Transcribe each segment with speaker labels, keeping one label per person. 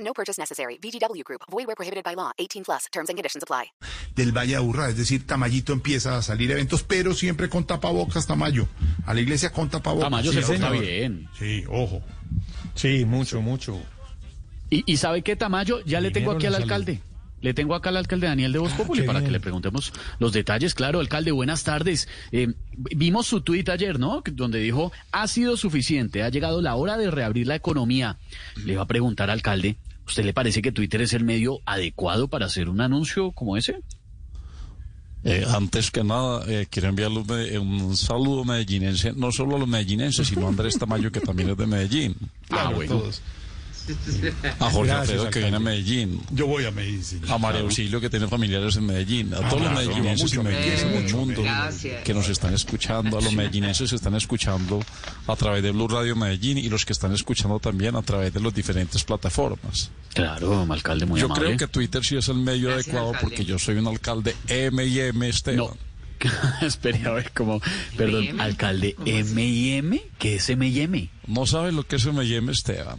Speaker 1: No purchase necessary. VGW Group. Void where prohibited by law. 18 plus. Terms and conditions apply.
Speaker 2: del Valle de Aburrá, es decir, Tamayito empieza a salir a eventos, pero siempre con tapabocas, Tamayo. A la iglesia con tapabocas.
Speaker 3: Tamayo
Speaker 2: Sí,
Speaker 3: se porta
Speaker 2: ojo.
Speaker 3: bien.
Speaker 2: Sí, ojo.
Speaker 4: Sí, mucho, mucho.
Speaker 3: Y, y sabe qué, Tamayo, ya le Ah, tengo
Speaker 4: Dinero
Speaker 3: aquí
Speaker 4: le
Speaker 3: al
Speaker 4: sale.
Speaker 3: alcalde. Le tengo acá al alcalde Daniel de Voz Populi
Speaker 4: qué
Speaker 3: para que
Speaker 4: bien.
Speaker 3: le preguntemos los detalles. Claro, alcalde, buenas tardes. Eh, vimos su tuit ayer, ¿no? Que- Donde dijo, ha sido suficiente, ha llegado la hora de reabrir la economía. Le va a preguntar, alcalde, ¿usted le parece que Twitter es el medio adecuado para hacer un anuncio como ese?
Speaker 5: Eh, antes que nada, eh, quiero enviarle un, me- un saludo medellinense, no solo a los medellinenses, sino a Andrés Tamayo, que también es de Medellín,
Speaker 3: ah, bueno.
Speaker 2: Todos.
Speaker 5: a Jorge
Speaker 4: Gracias,
Speaker 5: Alfredo, que viene a Medellín,
Speaker 2: Yo voy a Medellín. sí.
Speaker 5: a María Auxilio, que tiene familiares en Medellín, a
Speaker 3: Ah,
Speaker 5: todos los
Speaker 2: claro,
Speaker 5: medellinenses y
Speaker 2: mucho,
Speaker 5: medellinenses
Speaker 2: mucho,
Speaker 5: en el
Speaker 2: mucho.
Speaker 5: mundo
Speaker 6: Gracias.
Speaker 5: que nos están escuchando, a los medellinenses que están escuchando a través de Blue Radio Medellín y los que están escuchando también a través de las diferentes plataformas.
Speaker 3: Claro, alcalde, muy
Speaker 5: yo
Speaker 3: amable.
Speaker 5: creo que Twitter sí es el medio
Speaker 6: Gracias,
Speaker 5: adecuado
Speaker 6: alcalde.
Speaker 5: porque yo soy un alcalde M y M Esteban.
Speaker 3: No. Espere a ver cómo. Perdón,
Speaker 6: ¿M&M?
Speaker 3: alcalde,
Speaker 6: ¿Cómo así?
Speaker 3: M y M, ¿qué es M y M?
Speaker 5: No sabe lo que es M y M Esteban.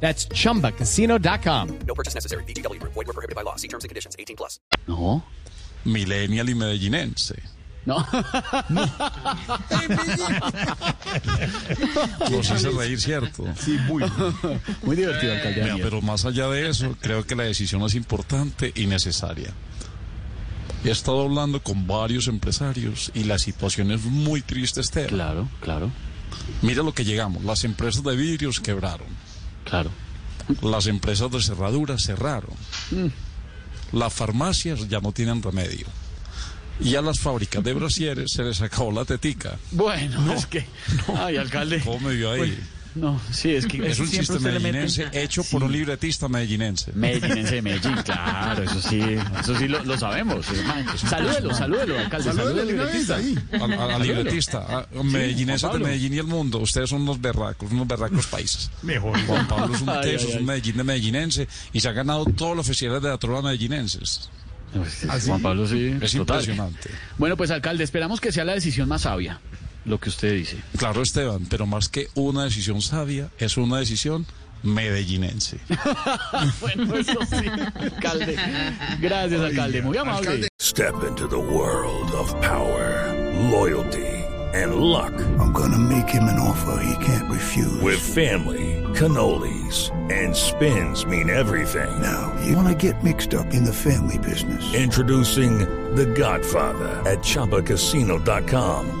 Speaker 7: That's chumbacasino.com.
Speaker 8: No purchase necessary. VGW Group. Void were prohibited by law. See terms and conditions. 18 plus.
Speaker 3: No.
Speaker 5: millennial y medellinense.
Speaker 3: No.
Speaker 5: Los hice reír, ¿cierto?
Speaker 2: Sí, muy.
Speaker 3: Muy divertido, alcalde.
Speaker 5: Vea,
Speaker 3: Daniel.
Speaker 5: pero más allá de eso, creo que la decisión es importante y necesaria. He estado hablando con varios empresarios y la situación es muy triste, Esteban.
Speaker 3: Claro, claro,
Speaker 5: Mira lo que llegamos. Las empresas de vidrios quebraron.
Speaker 3: claro.
Speaker 5: Las empresas de cerraduras cerraron.
Speaker 3: Mm.
Speaker 5: Las farmacias ya no tienen remedio. Y a las fábricas de brasieres se les acabó la tetica.
Speaker 3: Bueno, es que. Ay, alcalde.
Speaker 5: ¿Cómo me vio ahí?
Speaker 3: No, sí, es que.
Speaker 5: Es un
Speaker 3: siempre
Speaker 5: chiste
Speaker 3: usted le mete-
Speaker 5: medellinense hecho por un libretista medellinense.
Speaker 3: Medellinense de Medellín, claro, eso sí, eso sí lo, lo sabemos. Salúdelo, salúdelo, alcalde. Salúdelo,
Speaker 2: Salúdale una vez
Speaker 3: directista.
Speaker 2: ahí.
Speaker 5: Al, al- al libretista, a medellinenses de
Speaker 3: Pablo.
Speaker 5: Medellín y el mundo. Ustedes son unos berracos, unos berracos países.
Speaker 2: Mejor.
Speaker 5: Juan Pablo es un
Speaker 3: Ay,
Speaker 5: teso,
Speaker 3: ay,
Speaker 5: es
Speaker 3: ay.
Speaker 5: un medellín de medellinense y se ha ganado todos los festivales de la trova medellinenses.
Speaker 3: Pues,
Speaker 2: ¿Ah, sí?
Speaker 3: Juan Pablo sí,
Speaker 5: Es
Speaker 3: total.
Speaker 5: impresionante.
Speaker 3: Bueno, pues alcalde, esperamos que sea la decisión más sabia, lo que usted dice.
Speaker 5: Claro, Esteban, pero más que una decisión sabia, es una decisión medellinense.
Speaker 3: Bueno, eso sí, alcalde. Gracias, alcalde. Muy amable.
Speaker 2: alcalde.
Speaker 9: Step into the world of power, loyalty, and luck.
Speaker 10: I'm going to make him an offer he can't refuse.
Speaker 9: With family, cannolis, and spins mean everything.
Speaker 10: Now, you want to get mixed up in the family business.
Speaker 9: Introducing The Godfather at ChumbaCasino.com.